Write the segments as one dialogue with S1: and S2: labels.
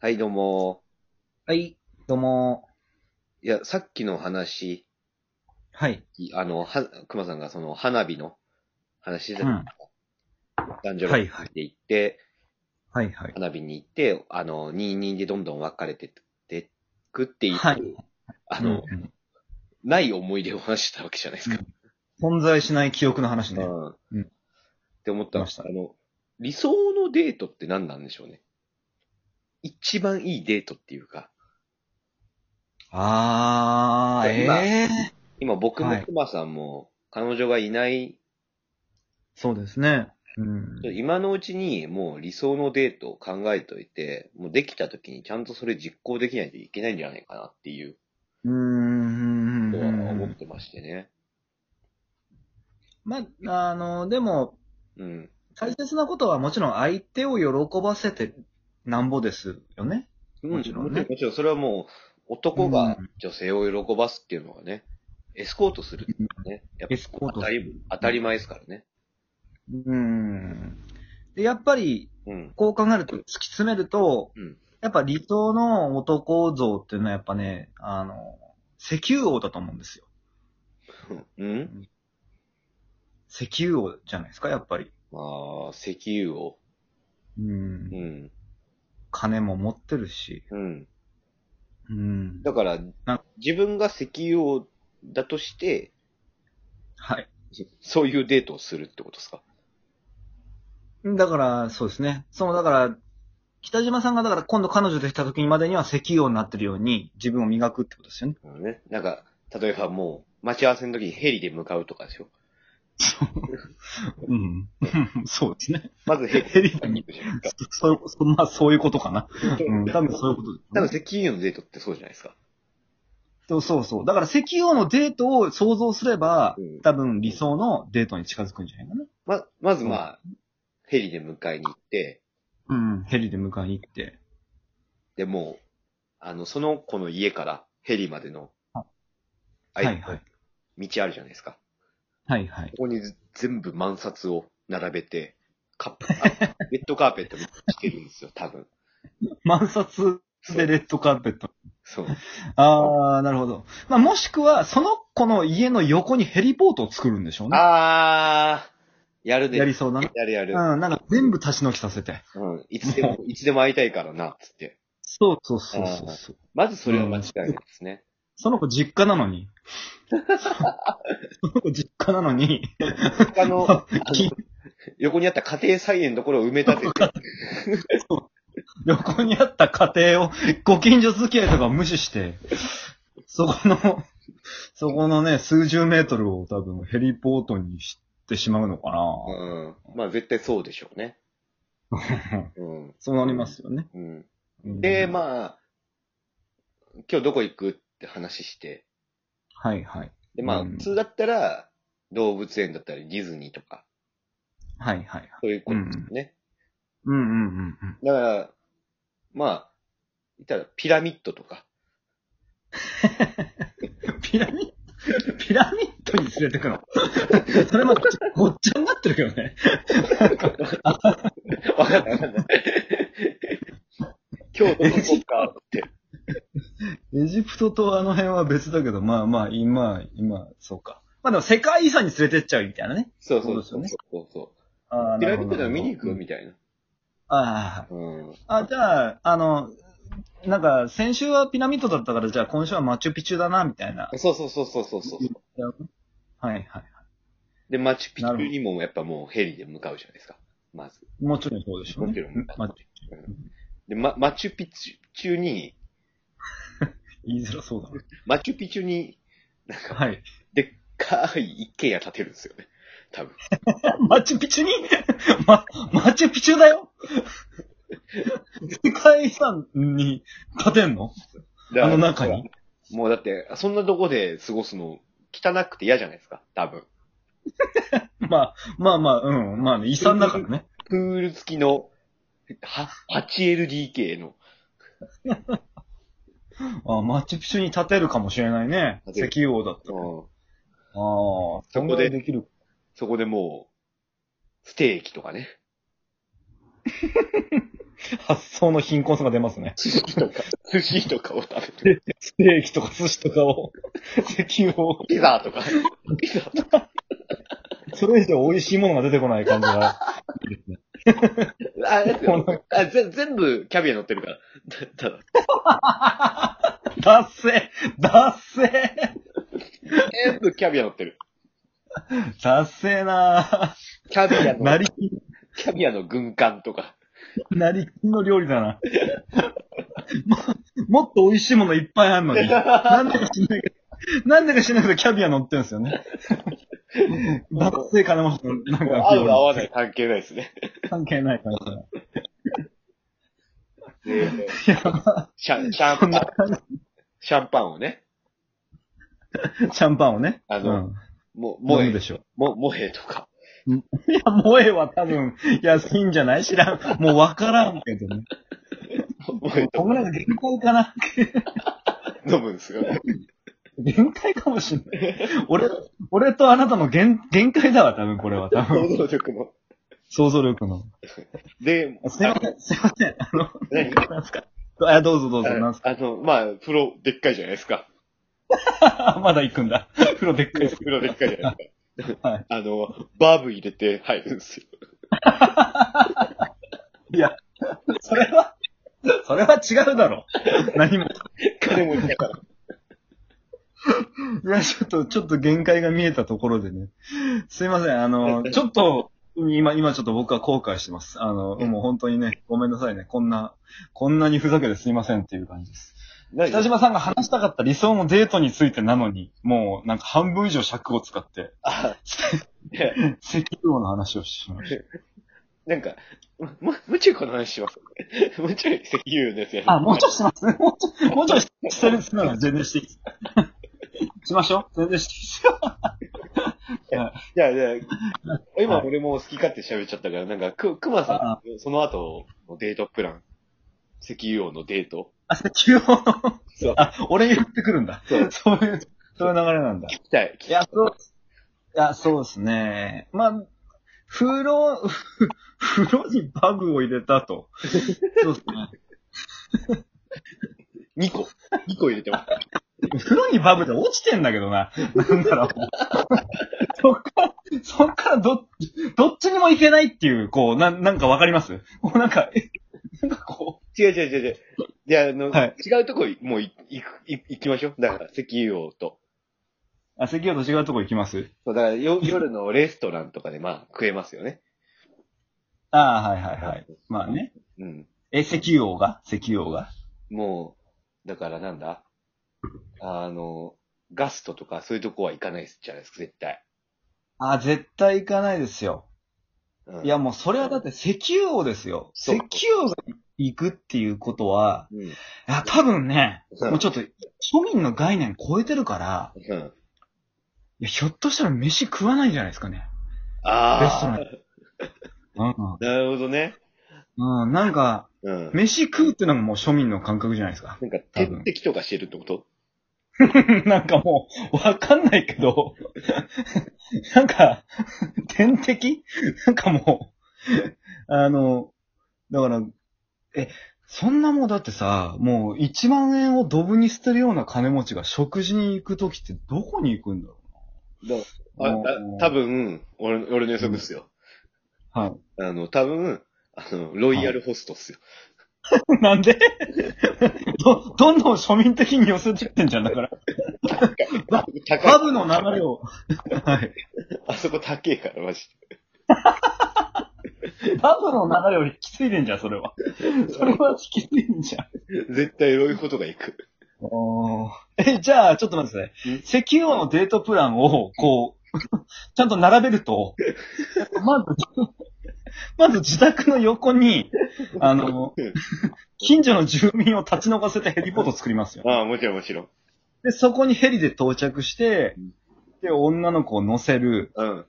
S1: はい、どうも。
S2: はい、どうも。
S1: いや、さっきの話、
S2: はい。
S1: あの、は、熊さんがその花火の話してた、
S2: うん
S1: 男女
S2: はい
S1: 6
S2: はい
S1: 人で行って、
S2: はいはい。
S1: 花火に行って、あの、2人でどんどん分かれてってくっていう、
S2: はい
S1: あ
S2: あ
S1: の、
S2: の、うん
S1: ない思い出を話してたわけじゃないですか。
S2: 存在しない記憶の話ね。
S1: うん
S2: うん
S1: って思ったん
S2: ま
S1: で
S2: し
S1: す
S2: た
S1: あの、理想のデートって何なんでしょうね。一番いいデートっていうか、
S2: あー、え
S1: 今
S2: えー。
S1: 今僕も
S2: はい
S1: 熊さんも、彼女がいない
S2: そうですね。うん。
S1: 今のうちにもう理想のデートを考えといて、もうできた時にちゃんとそれ実行できないといけないんじゃないかなっていう
S2: うーん
S1: のは思ってましてね。
S2: まあ、あの、でも、
S1: うん。
S2: 大切なことはもちろん相手を喜ばせてなんぼですよね。
S1: も
S2: も
S1: ち
S2: ち
S1: ろ
S2: ろ
S1: ん、
S2: ん
S1: も
S2: ね
S1: ちろんそれはもう男が
S2: うん
S1: 女性を喜ばすっていうのはね、エスコートするっていうのはね、やっぱ
S2: エスコー
S1: 当
S2: ト
S1: た
S2: す
S1: り
S2: る
S1: 当たり前ですからね。
S2: うん。で、やっぱり、
S1: うん。
S2: こう考えると、突き詰めると、
S1: うん
S2: やっぱ理想の男像っていうのはやっぱね、あの、石油王だと思うんですよ。
S1: うん
S2: 石油王じゃないですか、やっぱり。
S1: まあ、石油を。
S2: うん
S1: う。ん。
S2: 金も持ってるし。
S1: うん。
S2: うん。
S1: だから
S2: な、
S1: 自分が石油王だとして、
S2: はい。
S1: そういうデートをするってことですか
S2: だから、そうですね。その、だから、北島さんがだから今度彼女できた時にまでには石油王になってるように自分を磨くってことですよね。
S1: うんね。なんか、例えばもう、待ち合わせの時にヘリで向かうとかでしょ。
S2: うん。 そうですね。
S1: まずヘリ。
S2: ヘリに
S1: でしょ
S2: そ、そ、まあそういうことかな。うん。多分そういうことです、
S1: 多分、石油のデートってそうじゃないですか。
S2: そうそうそう。だから石油王のデートを想像すれば、
S1: うん
S2: 多分理想のデートに近づくんじゃないかな。
S1: ま、まずまあ、ヘリで迎えに行って、
S2: うん。ヘリで迎えに行って。
S1: で、もう、あの、その子の家からヘリまでの、あ
S2: はいはい。
S1: 道あるじゃないですか。
S2: はいはい
S1: こ。こに全部満札を並べて、カップ、あ レッドカーペットにしてるんですよ、多分。
S2: 満札でレッドカーペット。
S1: そう。
S2: あー、なるほど。まあ、もしくは、その子の家の横にヘリポートを作るんでしょうね。
S1: あー、やるね。
S2: やりそうだな。
S1: やるやる。
S2: うん、なんか全部立ち退きさせて。
S1: うん。いつでも、いつでも会いたいからな、つって。
S2: そうそうそうそうそう。
S1: まずそれは間違いないですね。
S2: その子実家なの に。その子実家なのに、
S1: 他 の、あの
S2: 金
S1: 横にあった家庭菜園のところを埋め立 てて、
S2: 横にあった家庭をご近所付き合いとか無視して、そこの、そこのね、数十メートルを多分ヘリポートにしてしまうのかな。
S1: うん。まあ絶対そうでしょう ね。うん。
S2: そうなりますよね。
S1: うん。で、
S2: あ。
S1: まあ、今日どこ行くって話して、
S2: はいはい。
S1: で、まあ
S2: うん
S1: 普通だったら、動物園だったりディズニーとか、
S2: はいはいはい。
S1: そういうことですよね。
S2: うんうんうんうん。
S1: だから、まあ、言ったらピラミッドと か、
S2: ピラミッド、 ピラミッドに連れてくの。 それもごっちゃになってるけどね。
S1: わかんないわか んない。京都の国かって。
S2: エジプトとあの辺は別だけど、まあまあ、今、今、そうか。まあでも世界遺産に連れてっちゃうみたいなね。
S1: そうそうそ
S2: そう
S1: う
S2: です
S1: そうそう。
S2: あ
S1: ピラミッドでも見に行く
S2: よ
S1: よみたいな。
S2: あ
S1: うん。
S2: あ、あ、じゃあ、あの、なんか、先週はピラミッドだったから、じゃあ今週はマチュピチュだな、みたいな。
S1: そうそうそうそうそうそう。
S2: はいはい。
S1: で、マチュピチュにもやっぱもうヘリで向かうじゃないですか。まず。
S2: もちろんそうでしょうね。
S1: もちろん
S2: マチュピチュ
S1: で、ま、マチュピチュに、
S2: 言いづらそうだな。
S1: マチュピチュに、なんか、
S2: はい。
S1: でっかい一軒家建てるんですよね。多分。
S2: マチュピチュにま、マチュピチュだよ 世界遺産に建てんのあの中に。
S1: もうだって、そんなとこで過ごすの汚くて嫌じゃないですか。多分。
S2: まあ、まあまあ、うん、まあね、遺産だからね。
S1: プール付きの、は、8LDK の、
S2: あマチュピチュに建てるかもしれないね。
S1: 建てる
S2: 石油王だったら。ああ、
S1: うん
S2: そ
S1: こで
S2: んぐらいできる。
S1: そこでもう、ステーキとかね。
S2: 発想の貧困さが出ますね。
S1: 寿司とか、 寿司とかを食べる。
S2: ステーキとか寿司とかを、 石油を、
S1: ピザとか、ピザとか。
S2: それ以上美味しいものが出てこない感じが。 いいですね
S1: あ、だってあぜ全部キャビア乗ってるから。ただ、
S2: ダッセーダッセー
S1: 全部キャビア乗ってる。
S2: ダッセーな
S1: キャビア
S2: ーな
S1: の、
S2: りき、
S1: キャビアの軍艦とか。
S2: なりきの料理だな。 ももっと美味しいものいっぱいある のに。なんでか知んないけど、なんでか知んないけどキャビア乗ってるんですよ ね。ダッセー金持ちの、なんか、
S1: 合う合わない関係ないですね。
S2: 関係ない感じ。いや、
S1: シャン、シャンパン、シャンパンをね、
S2: シャンパンをね。
S1: あのも、
S2: うん、
S1: も
S2: 飲む
S1: え
S2: で、しょ。
S1: も、もへとか。
S2: いや、萌えは多分、安いんじゃない知らん。もうわからんけどね。
S1: もへと
S2: 僕
S1: か
S2: なんか限界かな。
S1: 飲むんですよ。
S2: 限界かもしんない。俺、俺とあなたの限、限界だわ、多分これは。多分、
S1: 想像力の。
S2: 想像力の。
S1: で、
S2: すいません、すいません。あの、
S1: 何
S2: なんすか。あ、どうぞどうぞ、なんす
S1: あの、まあ、風呂でっかいじゃないですか。
S2: か。 まだ行くんだ。風呂でっかいです。
S1: 風呂でっかいじゃないですか。
S2: はい
S1: あの、バーブ入れて入るんですよ。
S2: いや、それは、それは違うだろ。何も。
S1: 金持ちだから。
S2: いや、ちょっと、ちょっと限界が見えたところでね。すいません、あの、ちょっと、今、今ちょっと僕は後悔してます。あの、もう本当にね、ごめんなさいね。こんな、こんなにふざけてすいませんっていう感じです。北島さんが話したかった理想のデートについてなのに、もうなんか半分以上尺を使って、
S1: あね
S2: 石油王の話をしてしまいました。
S1: なんか、も、ももうちょいこの話します。もうちょい石油のやつやる。
S2: あ、もうちょいしますもうちょい、もうちょいしてるんですな全然していいです。しましょう全然していいですよ。
S1: いやいや、今俺も好き勝手喋っちゃったから、なんか、く、熊さん、その後のデートプラン。石油王のデート。
S2: あ、石油王の、
S1: そう。
S2: あ、俺に言ってくるんだ。
S1: そう。
S2: そういう、そういう流れなんだ。
S1: 聞きたい。
S2: いや、そう、いや、そうですね。まあ、風呂、ふ風呂にバグを入れたと。そうですね。
S1: 2個。2個入れてます。
S2: 風呂にバグで落ちてんだけどな。なんだろう。そっから、そっからど、どっちにも行けないっていう、こう、なん、なんかわかりますこうなんか、えなんかこ
S1: 違う違う違う違う。じゃあ、あの、
S2: はい
S1: 違うとこ、もうい、いく、い行きましょう。だから、石油王と。
S2: う、あ、席と違うとこ行きます
S1: そう、だから、よ、夜のレストランとかで、まあ、食えますよね。
S2: ああ、はいはいはい。まあね。
S1: うん。
S2: え、石油王が石油王が。
S1: もう、だからなんだあの、ガストとかそういうとこは行かないじゃないですか、絶対。
S2: あ、絶対行かないですよ。
S1: うん、
S2: いや、もうそれはだって石油王ですよ。
S1: そう
S2: 石油王が行くっていうことは、
S1: うん、
S2: いや、多分ね、
S1: うん
S2: もうちょっと庶民の概念超えてるから、
S1: うん。
S2: いや、ひょっとしたら飯食わないんじゃないですかね。レストラ
S1: ああ、
S2: う
S1: なるほどね。
S2: ん。うん、なんか、
S1: うん。
S2: 飯食うってのがもう庶民の感覚じゃないですか。
S1: なんか、
S2: 多分
S1: 点滴とかしてるってこと
S2: なんかもう、わかんないけど、 なんか、天敵 なんかもう、あの、だから、え、そんなもうだってさ、もう1万円をドブに捨てるような金持ちが食事に行くときってどこに行くんだろ
S1: だ
S2: う
S1: あ
S2: な。
S1: だ多分、俺の、俺の予測っすよ。
S2: はい。
S1: あの、多分、あの、ロイヤルホストっすよ。
S2: なんでど、どんどん庶民的に寄せてってんじゃん、だから。
S1: 高い
S2: ハブの流れを。 はい。
S1: あそこ高えから、マジ
S2: ハブの流れを引き継いでんじゃん、それは。それは引き継いでんじゃ
S1: で。
S2: ん。
S1: 絶対ロイホとか行く。
S2: おーえ、じゃあ、ちょっと待ってください。石油王のデートプランを、こう、 ちゃんと並べ ると、まず、まず自宅の横に、あの、近所の住民を立ち退かせてヘリポート作りますよ。
S1: ああ、もちろんもちろん。
S2: で、そこにヘリで到着して、で、女の子を乗せる。
S1: うん。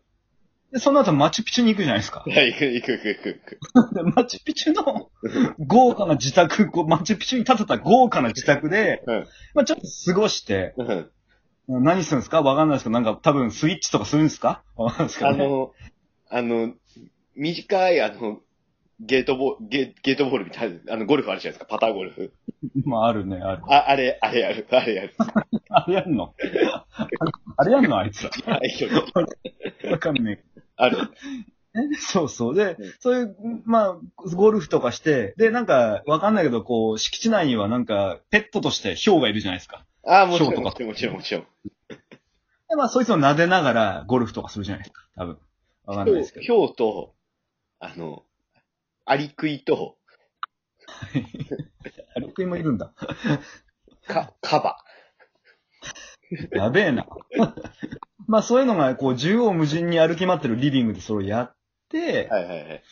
S2: で、その後マチュピチュに行くじゃないですか。
S1: はい、行く、行く、行く、行く行く。
S2: で、マチュピチ ュの豪華な自宅、こうマチュピチュに建てた豪華な自宅で、
S1: うん
S2: まあちょっと過ごして、
S1: うん。
S2: 何するんですかわかんないですけど、なんか多分スイッチとかするんですかわかんないですけど、
S1: あ
S2: ね。
S1: の、あの、短い、あの、ゲートボール、ゲゲートボールみたいな、あの、ゴルフあるじゃないですか、パターゴルフ。
S2: まあ、あるね、ある。
S1: あ、あれ、あれやる、あれやる。
S2: あれやんの あれやんのあいつら。
S1: はい距離
S2: わかんね
S1: ある。
S2: え。そうそう。で
S1: うん、
S2: そういう、まあ、ゴルフとかして、で、なんか、わかんないけど、こう、敷地内にはなんか、ペットとしてヒョウがいるじゃないですか。
S1: ああ、もちろ
S2: ショ
S1: ん、
S2: ー
S1: も
S2: ト
S1: ちろん、もちろん、もちろん。
S2: で、まあ、そいつを撫でながら、ゴルフとかするじゃないですか。多分。わかんないですけど。
S1: ひょうと、あの、アリクイと、
S2: あれ、クイもいるんだ。
S1: か、カバ。
S2: やべえな。 まあ、そういうのが、こう、縦横無尽に歩き回ってるリビングでそれをやって、
S1: はいはいはい。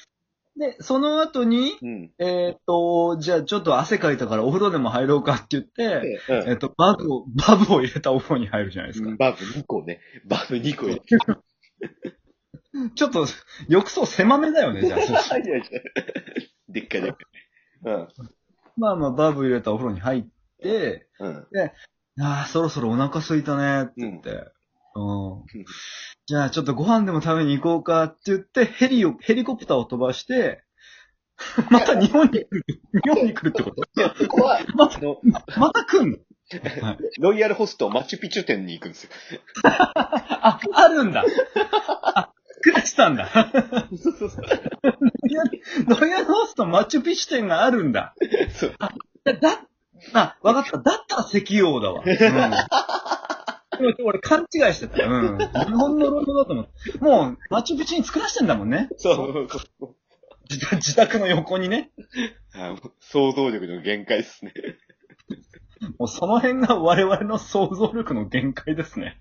S2: で、その後に、
S1: うん。
S2: えーっと、じゃあちょっと汗かいたからお風呂でも入ろうかって言って、
S1: う
S2: えーっと、バブを、バブを入れたお風呂に入るじゃないですか。
S1: ん。バブ2個ね。バブ2個よ。
S2: ちょっと、浴槽狭めだよ ね、じゃあ。そう
S1: はいはいはい。でっかいでっかい。
S2: まあまあ、バブ入れたお風呂に入って、
S1: うん。うん。
S2: ああ、そろそろお腹空いたねって言って、うん。じゃあちょっとご飯でも食べに行こうかって言って、ヘリを、ヘリコプターを飛ばして、また日本に来る。日本に来るってこと
S1: いや、ここは、
S2: ま
S1: あの、
S2: また来んの
S1: ロイヤルホストマチュピチュ店に行くんですよ。
S2: あ、あるんだ。あ、暮らしたん だ。
S1: そうそうそう。
S2: ロイヤルホストマチュピチュ店があるんだ。
S1: そう
S2: だ、だあ、わかった。だったら石油王だわ。うん、俺勘違いしてた。うん。日本のロイドだと思って。もう、マチュピチュに作らしてんだもんね。
S1: そうそうそう。
S2: 自宅自宅の横にね。
S1: あもう想像力の限界ですね。
S2: もうその辺が我々の想像力の限界ですね。